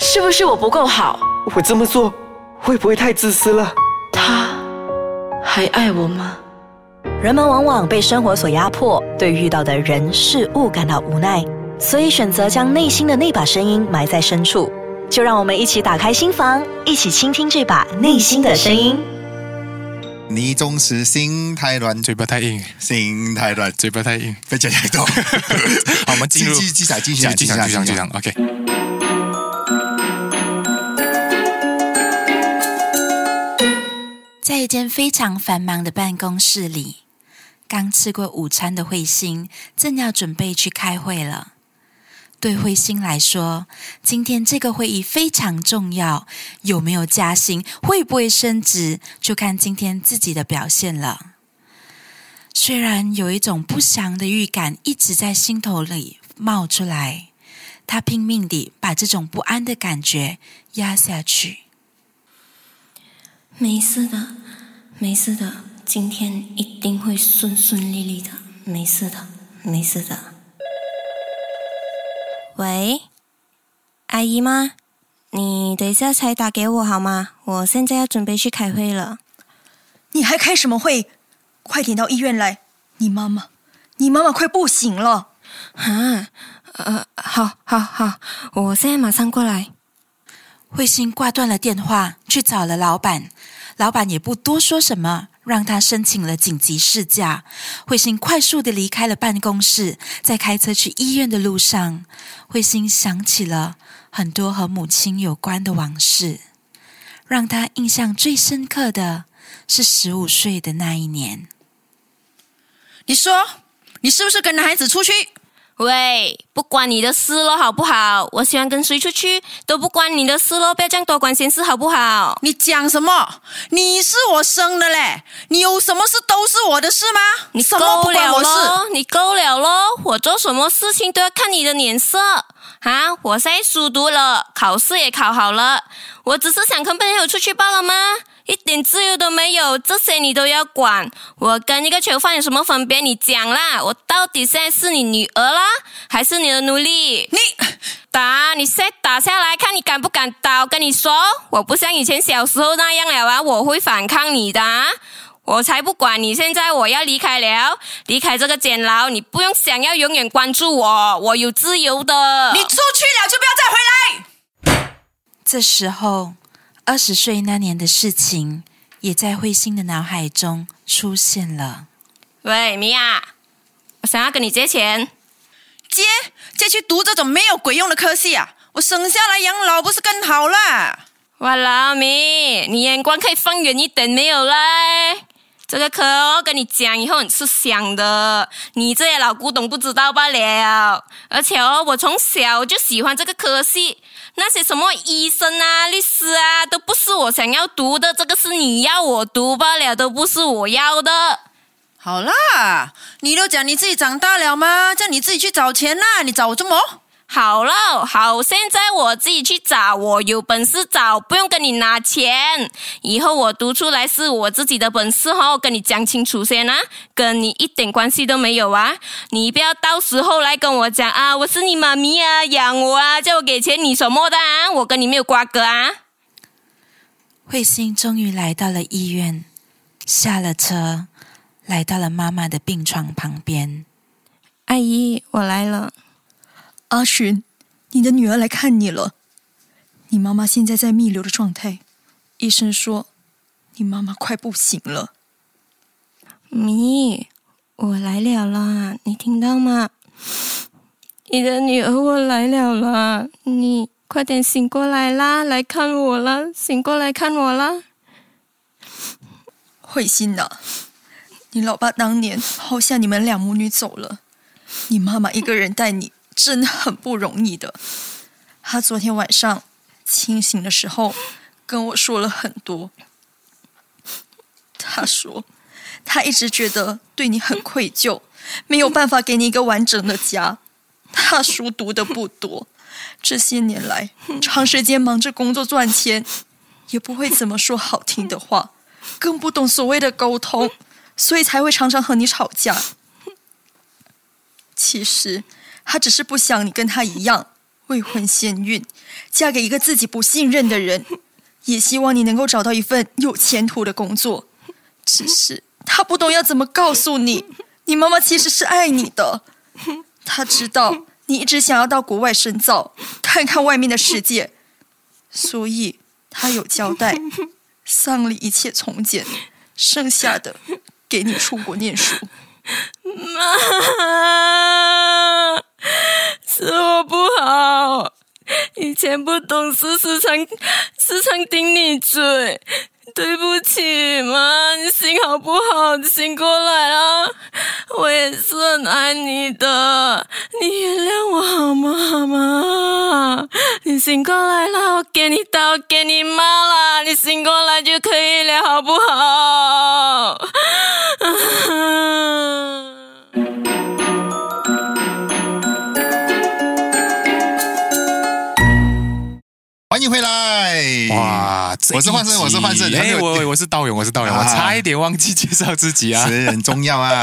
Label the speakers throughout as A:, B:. A: 是不是我不够好？
B: 我这么做会不会太自私了？
A: 他还爱我吗？
C: 人们往往被生活所压迫，对遇到的人事物感到无奈，所以选择将内心的那把声音埋在深处。就让我们一起打开心房，一起倾听这把内心的声音。
D: 你总是心太软，
E: 嘴巴太硬，
D: 心太软，
E: 嘴巴太硬。
D: 被讲太多。
E: 好，我们进入
D: 记记记记
E: 继续
D: 下
E: 继
D: 记
E: 续
D: 下
E: 继续
D: 记
E: 继续
D: 下。
E: OK。
F: 在一间非常繁忙的办公室里，刚吃过午餐的慧心正要准备去开会了。对慧心来说，今天这个会议非常重要，有没有加薪，会不会升职，就看今天自己的表现了。虽然有一种不祥的预感一直在心头里冒出来，她拼命地把这种不安的感觉压下去。
G: 没事的，没事的，今天一定会顺顺利利的，没事的，没事的。喂，阿姨吗？你等一下才打给我好吗？我现在要准备去开会了。
H: 你还开什么会？快点到医院来！你妈妈，你妈妈快不行了。
G: 啊，呃，好，好，好，我现在马上过来。
F: 慧心挂断了电话，去找了老板。老板也不多说什么，让他申请了紧急事假。慧心快速的离开了办公室，在开车去医院的路上，慧心想起了很多和母亲有关的往事。让她印象最深刻的是十五岁的那一年。
I: 你说，你是不是跟男孩子出去？
G: 喂，不关你的事咯，好不好？我喜欢跟谁出去都不关你的事咯，不要这样多管闲事，好不好？
I: 你讲什么？你是我生的嘞，你有什么事都是我的事吗？
G: 你
I: 什
G: 够
I: 么不关
G: 了
I: 我事？
G: 咯，你够了咯！我做什么事情都要看你的脸色啊！我现在书读了，考试也考好了，我只是想跟朋友出去罢了吗？一点自由都没有，这些你都要管？我跟一个囚犯有什么分别？你讲啦！我到底现在是你女儿啦，还是你的奴隶？
I: 你
G: 打，你现在打下来，看你敢不敢打。我跟你说，我不像以前小时候那样了啊，我会反抗你的啊。我才不管你！现在我要离开了，离开这个监牢，你不用想要永远关注我，我有自由的。
I: 你出去了就不要再回来。
F: 这时候，二十岁那年的事情也在慧心的脑海中出现了。
G: 喂，米娅，我想要跟你借钱。
I: 姐，姐去读这种没有鬼用的科系啊！我省下来养老不是更好啦？
G: 哇老米，你眼光可以放远一点没有嘞？这个课哦跟你讲，以后你吃香的。你这些老古董不知道罢了。而且哦，我从小就喜欢这个科系，那些什么医生啊、律师啊，都不是我想要读的。这个是你要我读罢了，都不是我要的。
I: 好啦，你都讲你自己长大了吗？叫你自己去找钱啦，你找我做么？
G: 好了，好，现在我自己去找，我有本事找，不用跟你拿钱。以后我读出来是我自己的本事哦，跟你讲清楚先啊，跟你一点关系都没有啊。你不要到时候来跟我讲啊，我是你妈咪啊，养我啊，叫我给钱你什么的啊，我跟你没有瓜葛啊。
F: 慧心终于来到了医院，下了车，来到了妈妈的病床旁边。
G: 阿姨，我来了。
H: 阿寻，你的女儿来看你了。你妈妈现在在弥留的状态，医生说你妈妈快不行了。
G: 咪，我来了啦，你听到吗？你的女儿我来了啦，你快点醒过来啦，来看我啦，醒过来看我啦。
H: 慧心呐、你老爸当年抛下你们两母女走了，你妈妈一个人带你真的很不容易的。她昨天晚上清醒的时候跟我说了很多，她说她一直觉得对你很愧疚，没有办法给你一个完整的家。她书读的不多，这些年来长时间忙着工作赚钱，也不会怎么说好听的话。更不懂所谓的沟通，所以才会常常和你吵架。其实他只是不想你跟他一样，未婚先孕，嫁给一个自己不信任的人，也希望你能够找到一份有前途的工作。只是他不懂要怎么告诉你，你妈妈其实是爱你的。他知道你一直想要到国外深造，看看外面的世界，所以他有交代，丧礼一切从简，剩下的给你出国念书。
G: 妈，是我不好，以前不懂事，时常时常顶你嘴，对不起妈，你心好不好？你醒过来啊！我也是很爱你的，你原谅我好吗，妈？ 你醒过来啦，我给你打，我给你骂啦，你醒过来就可以了，好不好？
D: 欢迎回来！
E: 哇，这
D: 嗯
E: 一
D: 我是幻胜，我是幻胜，
E: 集
D: 很
E: 哎，
D: 有
E: 我我我是道勇，我是道勇，我
D: 啊
E: 差一点忘记介绍自己啊。
D: 是很重要啊，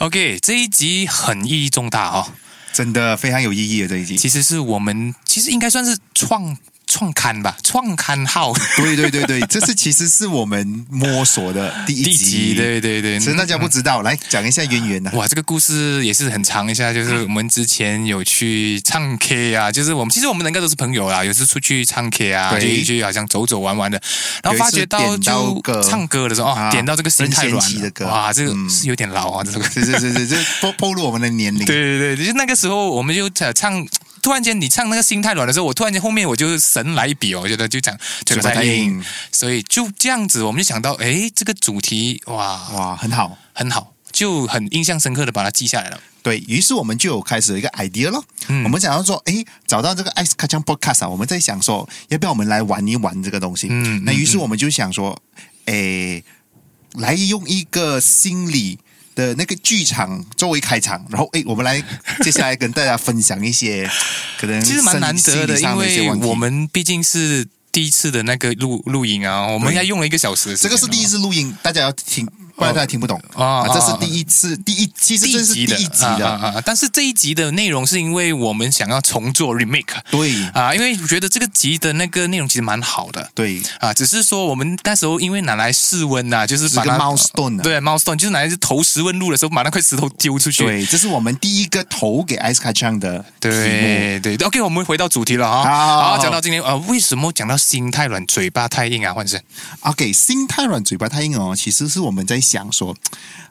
E: OK，这一集很意义重大哦，
D: 真的非常有意义啊的这一
E: 其
D: 集。
E: 实是我们其实应该算是创创刊吧，创刊号
D: 对对对对， 这是其实是我们摸索的第一
E: 第 一集，
D: 集，
E: 对对对，
D: 其实大家不知道，来讲一下渊源呢。啊
E: 哇，这个故事也是很长一下，就是我们之前有去唱 K 啊，就是我们其实我们两个都是朋友啦，有时出去唱 K 啊，
D: 对
E: 去去好像走走玩玩的，然后发觉
D: 有一次点到
E: 就
D: 歌
E: 唱歌的时候哦，
D: 啊
E: 点到这个心太
D: 任
E: 软
D: 贤齐
E: 了
D: 的歌
E: 哇，这个
D: 嗯
E: 是有点老啊，这个
D: 是是是是， 这暴暴露我们的年龄。
E: 对对对，就是那个时候我们就呃唱。突然间，你唱那个心太软的时候，我突然间后面我就神来一笔哦，我觉得就讲嘴巴太硬，，所以就这样子，我们就想到，诶，这个主题哇
D: 哇，很好。
E: 很好，就很印象深刻的把它记下来了。
D: 对于是，我们就有开始一个 idea 咯。
E: 嗯
D: 我们想要说，诶，找到这个 Ice k a c a n Podcast 啊，我们在想说，要不要我们来玩一玩这个东西？
E: 嗯
D: 那
E: 嗯
D: 于是我们就想说，诶，来用一个心理的那个剧场作为开场，然后诶，我们来接下来跟大家分享一些可能
E: 其实蛮
D: 生理
E: 难得
D: 心理
E: 的，因
D: 上的一些
E: 为
D: 问题
E: 我们毕竟是第一次的那个录录音啊，我们
D: 对
E: 还用了一个小时的时
D: 这
E: 间哦、
D: 个是第一次录音，大家要听，不然大家听不懂
E: 哦
D: 啊。这是
E: 哦
D: 第一次，第一，其实
E: 第
D: 这
E: 一
D: 是第
E: 集
D: 一
E: 的
D: 集
E: 啊啊
D: 的，
E: 啊啊但是这一集的内容是因为我们想要重做 remake
D: 对
E: 啊，因为觉得这个集的那个内容其实蛮好的。
D: 对，
E: 啊，只是说我们那时候因为拿来试温呐、就是把
D: 是
E: 它
D: 个 milestone 啊
E: 对 milestone 就是拿来投石问路的时候把那块石头丢出去。
D: 对，这是我们第一个投给 Ice k a c a n 的题
E: 对对对，OK，我们回到主题了哈、
D: 好
E: 好，讲到今天呃，为什么讲到心太软，嘴巴太硬啊？换成
D: 目。OK，心太软，嘴巴太硬哦，其实是我们在想说，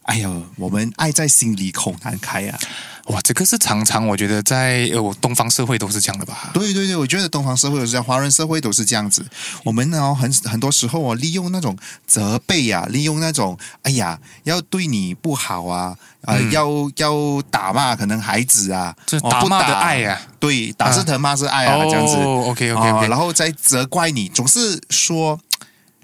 D: 哎呦，我们爱在心里口难开啊。
E: 哇，这个是常常我觉得在呃我东方社会都是这样的吧？
D: 对对对，我觉得东方社会都是这样，华人社会都是这样子。我们呢、很很多时候哦，利用那种责备啊，利用那种哎呀，要对你不好啊，呃，要要打骂可能孩子啊，
E: 嗯这
D: 哦
E: 打
D: 不
E: 骂的爱啊
D: 对，打是疼，骂是爱啊，
E: 哦
D: 这样子。
E: ，OK，OK，OK
D: 哦然后再责怪你，总是说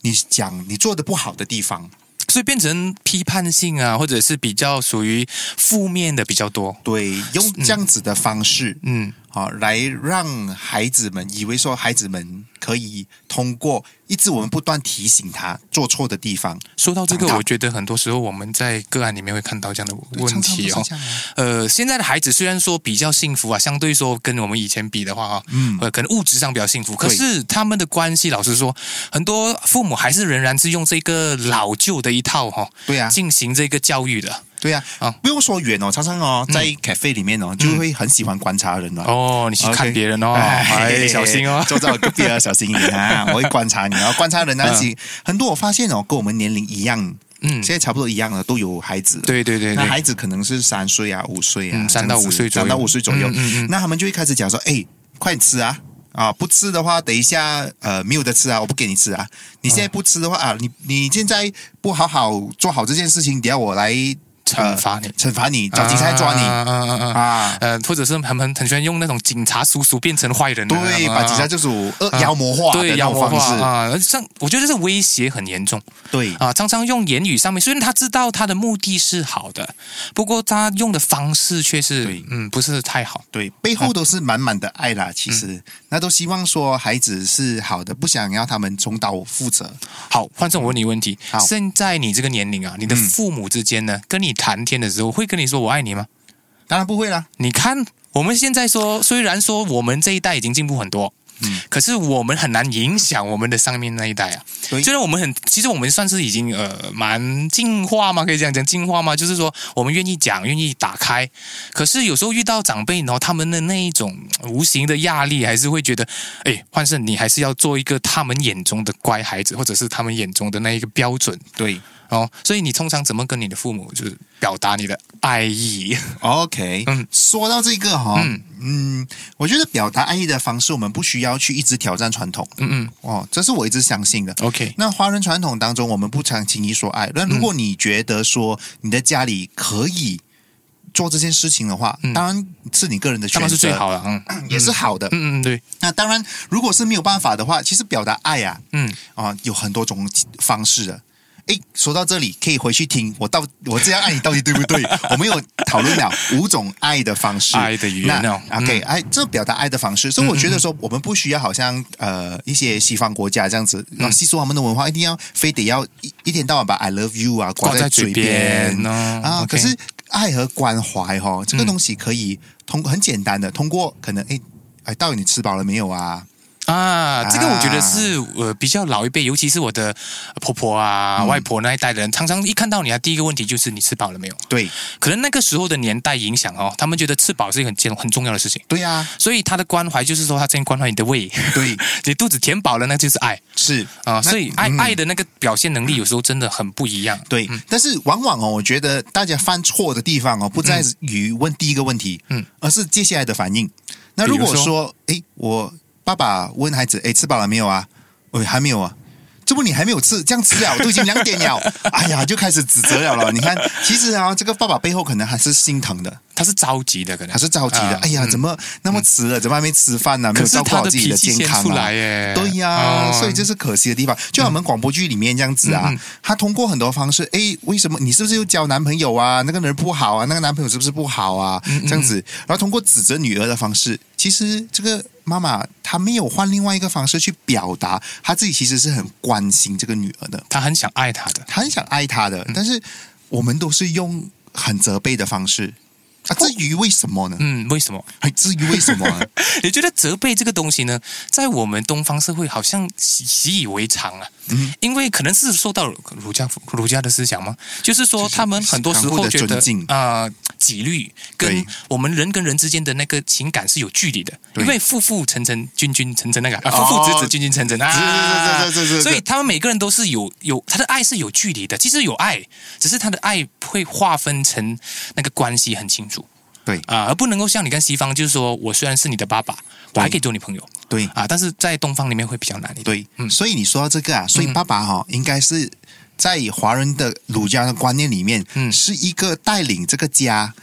D: 你讲你做的不好的地方。
E: 所以变成批判性啊，或者是比较属于负面的比较多。
D: 对，用这样子的方式，
E: 嗯，
D: 好、来让孩子们以为说孩子们可以通过一直我们不断提醒他做错的地方，
E: 说到这个，
D: 长大
E: 我觉得很多时候我们在个案里面会看到这样的问
D: 常常
E: 题
D: 都
E: 哦
D: 是。这样啊
E: 呃，现在的孩子虽然说比较幸福啊，相对说跟我们以前比的话啊，嗯，呃，可能物质上比较幸福，可
D: 对
E: 是他们的关系，老实说，很多父母还是仍然是用这个老旧的一套哈、
D: 对啊
E: 进行这个教育的。
D: 对呀、
E: 啊
D: 不用说远哦，常常哦，
E: 嗯
D: 在 cafe 里面哦，就会很喜欢观察人了。
E: 哦，你去
D: OK。
E: 看别人哦，哎，小心 哦
D: 坐在我隔壁要小心一点 啊！我会观察你，然后观察人啊，
E: 嗯
D: 其很多我发现哦，跟我们年龄一样，
E: 嗯
D: 现，在差不多一样的都有孩子了。
E: 对对对
D: 那
E: 对，
D: 孩子可能是三岁啊、五岁啊，
E: 嗯三到五岁左
D: 三
E: 右
D: 到五岁左右
E: 嗯嗯嗯，
D: 那他们就会开始讲说：“哎，快吃啊！啊，不吃的话，等一下呃没有的吃啊，我不给你吃啊！你现在不吃的话啊，
E: 嗯
D: 你你现在不好好做好这件事情，等一下我来
E: 惩罚你
D: 呃，惩罚你，找警察来抓
E: 啊
D: 你
E: 啊啊啊！
D: 啊！
E: 呃，或者是他们很喜欢用那种警察叔叔变成坏人的那
D: 对，
E: 种啊，
D: 把警察就属恶妖魔化的
E: 对
D: 那
E: 妖
D: 种
E: 魔
D: 方
E: 化
D: 式，
E: 啊，像我觉得这威胁很严重
D: 对
E: 啊，常常用言语上面，虽然他知道他的目的是好的，不过他用的方式却是
D: 对
E: 嗯不是太好。
D: 对，背后都是满满的爱啦。其
E: 嗯
D: 实，那都希望说孩子是好的，不想要他们重蹈覆辙。
E: 好，换成我问你问题
D: 好，嗯
E: 现在你这个年龄啊，你的父母之间呢，跟你谈天的时候会跟你说我爱你吗？
D: 当然不会啦，
E: 你看，我们现在说，虽然说我们这一代已经进步很多，
D: 嗯
E: 可是我们很难影响我们的上面那一代啊。
D: 对
E: 虽然我们很，其实我们算是已经呃蛮进化嘛，可以这样讲进化嘛，就是说我们愿意讲，愿意打开。可是有时候遇到长辈，然后他们的那一种呃无形的压力，还是会觉得，哎，焕胜，你还是要做一个他们眼中的乖孩子，或者是他们眼中的那一个标准
D: 对
E: 哦。所以你通常怎么跟你的父母就是表达你的爱意？
D: ，OK，
E: 嗯
D: 说到这个哈、
E: 嗯
D: 嗯我觉得表达爱意的方式，我们不需要去一直挑战传统
E: 嗯
D: 哦，这是我一直相信的。
E: 嗯，OK，
D: 那华人传统当中，我们不常轻易说爱。那如果你觉得说你的家里可以做这件事情的话，
E: 嗯
D: 当然是你个人的选
E: 当
D: 择，
E: 然是最好了，嗯。
D: 也是好的。
E: 嗯嗯，对，
D: 那当然，如果是没有办法的话，其实表达爱啊，
E: 嗯，
D: 啊，有很多种方式的。诶，说到这里，可以回去听我到我这样爱你到底对不 对？我们有讨论了五种爱的方式，
E: 爱的语言
D: 那
E: 哦嗯
D: OK，爱这表达爱的方式，所以我觉得说，我们不需要好像呃一些西方国家这样子，
E: 嗯
D: 然后吸收他们的文化，一定要非得要一一天到晚把 I love you 啊挂
E: 挂在嘴
D: 嘴
E: 边哦
D: 啊。
E: OK
D: 可是爱和关怀哈、哦，这个东西可以通很简单的通过可能诶。哎，到底你吃饱了没有啊？
E: 啊，这个我觉得
D: 啊
E: 是呃比较老一辈，尤其是我的婆婆啊、
D: 嗯
E: 外婆那一代的人，常常一看到你啊，第一个问题就是你吃饱了没有？
D: 对
E: 可能那个时候的年代影响哦，他们觉得吃饱是一个很重很重要的事情，
D: 对呀、
E: 所以他的关怀就是说他先关怀你的胃，
D: 对，
E: 你肚子填饱了，那就是爱
D: 是
E: 啊，所以爱、
D: 嗯
E: 爱的那个表现能力有时候真的很不一样。
D: 对，但是往往哦，我觉得大家犯错的地方哦，不在于问第一个问题，
E: 嗯，
D: 而是接下来的反应。那如
E: 比
D: 果
E: 如
D: 说，诶，我爸爸问孩子，诶，吃饱了没有啊？喂，还没有啊。这不你还没有吃，这样吃了都已经两点了， 哎呀，就开始指责了了。你看，其实啊，这个爸爸背后可能还是心疼的，
E: 他是着急的，可能
D: 还是着急的。
E: 啊
D: 哎呀，
E: 嗯
D: 怎么那么迟了？怎么还没吃饭呢、没
E: 可
D: 有
E: 是
D: 照顾
E: 他
D: 好
E: 的
D: 自己
E: 脾
D: 的
E: 气
D: 健
E: 先
D: 康
E: 出
D: 啊
E: 来耶，
D: 对呀、
E: 哦
D: 所以这是可惜的地方。就像我们广播剧里面这样子啊，
E: 嗯嗯
D: 他通过很多方式，诶，为什么你是不是又交男朋友啊？那个人不好啊，那个男朋友是不是不好啊？
E: 嗯
D: 这样子，然后通过指责女儿的方式，其实这个妈妈她没有换另外一个方式去表达，她自己其实是很关心这个女儿的，
E: 他很想爱他的。
D: 她很想爱她
E: 嗯
D: 的，但是我们都是用很责备的方式。啊，至于为什么呢？
E: 嗯，为什么？
D: 还至于为什么 呢？
E: 你觉得责备这个东西呢，在我们东方社会好像习习以为常啊，
D: 嗯
E: 因为可能是受到儒家儒家的思想嘛，就是说
D: 就是
E: 他们很多时候觉
D: 相互的尊
E: 得
D: 敬
E: 啊、呃纪律跟
D: 对
E: 我们人跟人之间的那个情感是有距离的，
D: 对
E: 因为父父臣臣君君臣臣那个啊，
D: 哦
E: 父父子子君君臣臣啊，
D: 是是是是是是
E: 所以他们每个人都是有有他的爱是有距离的，其实有爱，只是他的爱会划分成那个关系很清楚。
D: 对
E: 啊、而不能够像你看西方，就是说我虽然是你的爸爸，我还可以做你朋友
D: 对，
E: 啊，但是在东方里面会比较难一点。嗯
D: 对，所以你说到这个啊，所以爸爸哈、应该是在华人的儒家的观念里面，
E: 嗯
D: 是一个带领这个家、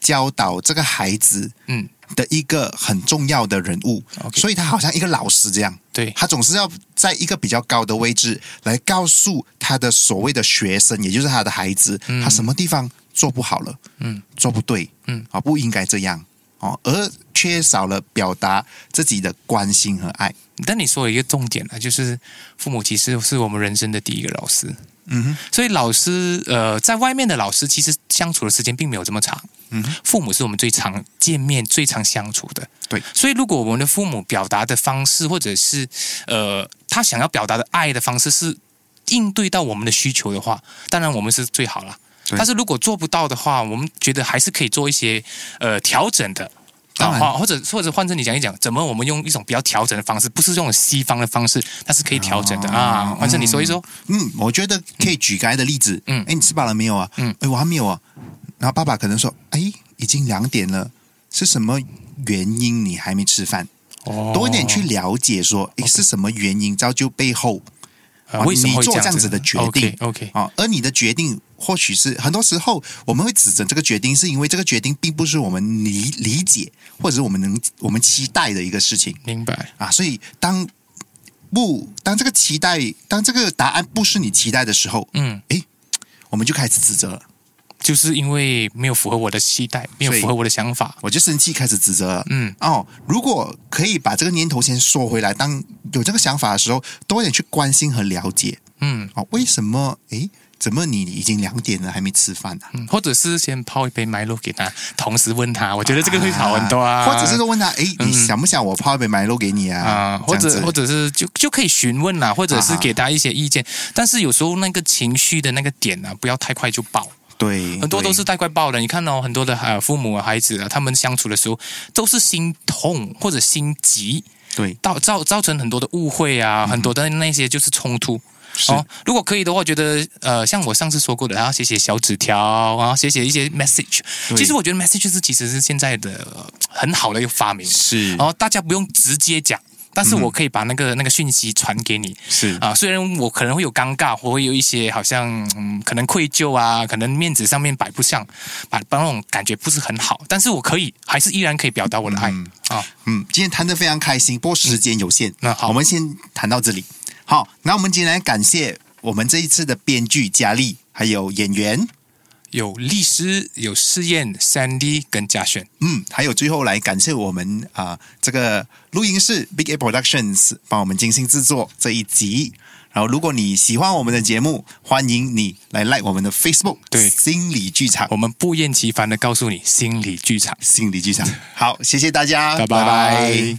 D: 教导这个孩子
E: 嗯，
D: 的一个很重要的人物。
E: OK
D: 所以他好像一个老师这样，
E: 对
D: 他总是要在一个比较高的位置来告诉他的所谓的学生，也就是他的孩子，他什么地方做不好了，
E: 嗯，
D: 做不对，
E: 嗯，
D: 啊，不应该这样哦，而缺少了表达自己的关心和爱。
E: 但你说了一个重点啊，就是父母其实是我们人生的第一个老师，
D: 嗯哼，
E: 所以老师呃，在外面的老师其实相处的时间并没有这么长。
D: 嗯哼，
E: 父母是我们最常见面、最常相处的。
D: 对，
E: 所以如果我们的父母表达的方式，或者是呃，他想要表达的爱的方式是应对到我们的需求的话，当然我们是最好了。
D: 对
E: 但是如果做不到的话，我们觉得还是可以做一些呃调整的。
D: 当然
E: 啊，或者或者换成你讲一讲，怎么我们用一种比较调整的方式，不是用西方的方式，但是可以调整的、啊。换成你说一说，
D: 嗯，我觉得可以举刚才的例子。
E: 嗯
D: 哎，你吃饱了没有啊？
E: 嗯
D: 哎，我还没有啊。然后爸爸可能说，哎，已经两点了，是什么原因你还没吃饭？
E: 哦
D: 多一点去了解说，哎，是什么原因造就背后
E: 呃
D: 啊
E: 为什么会
D: 你做
E: 这
D: 这
E: 样
D: 样
E: 子
D: 子的决定
E: OK，,
D: 啊？而你的决定或许是很多时候我们会指责这个决定，是因为这个决定并不是我们理理解或者是我们能我们期待的一个事情。
E: 明白。
D: 啊，所以当不当这个期待，当这个答案不是你期待的时候，
E: 嗯，
D: 我们就开始指责了，
E: 就是因为没有符合我的期待，没有符合我的想法。
D: 我就生气，开始指责了。
E: 嗯，
D: 哦，如果可以把这个念头先说回来，当有这个想法的时候，多一点去关心和了解
E: 嗯
D: 啊、哦，为什么？诶，怎么你已经两点了还没吃饭啊呢、
E: 嗯或者是先泡一杯麦露给他，同时问他，我觉得这个会好很多啊。
D: 或者是说问他，诶，你
E: 嗯
D: 想不想我泡一杯麦露给你啊？
E: 啊，或
D: 这
E: 者
D: 样子啊
E: 或者是就就可以询问啦，或者是给他一些意见。但是有时候那个情绪的那个点啊，不要太快就爆，
D: 对，
E: 很多
D: 嗯对
E: 都是太快爆的。你看哦，很多的呃父母啊、孩子啊，他们相处的时候都是心痛或者心急，
D: 对，
E: 造造造成很多的误会
D: 嗯
E: 啊，很多的那些就是冲突。哦，如果可以的话，我觉得呃，像我上次说过的，然后写写小纸条，然后写写一些 message。
D: 对
E: 其实我觉得 message 是其实是现在的呃很好的一个发明。
D: 是嗯
E: 然后大家不用直接讲，但是我可以把那个、那个讯息传给你。
D: 是
E: 啊，虽然我可能会有尴尬，我会有一些好像嗯，可能愧疚啊，可能面子上面摆不上，摆把那种感觉不是很好，但是我可以，还是依然可以表达我的爱、
D: 嗯
E: 啊。
D: 嗯，今天谈的非常开心，不过时间有限，
E: 那好
D: 我们先谈到这里。好，那我们今天来感谢我们这一次的编剧佳丽，还有演员，
E: 有律师，有试验，Sandy 跟嘉轩，
D: 嗯，还有最后来感谢我们啊、这个录音室 Big A Productions 帮我们精心制作这一集。然后，如果你喜欢我们的节目，欢迎你来 like 我们的 Facebook
E: 对
D: 心理剧场
E: 我，们不厌其烦的告诉你心理剧场，
D: 心理剧场。好，谢谢大家，
E: 拜拜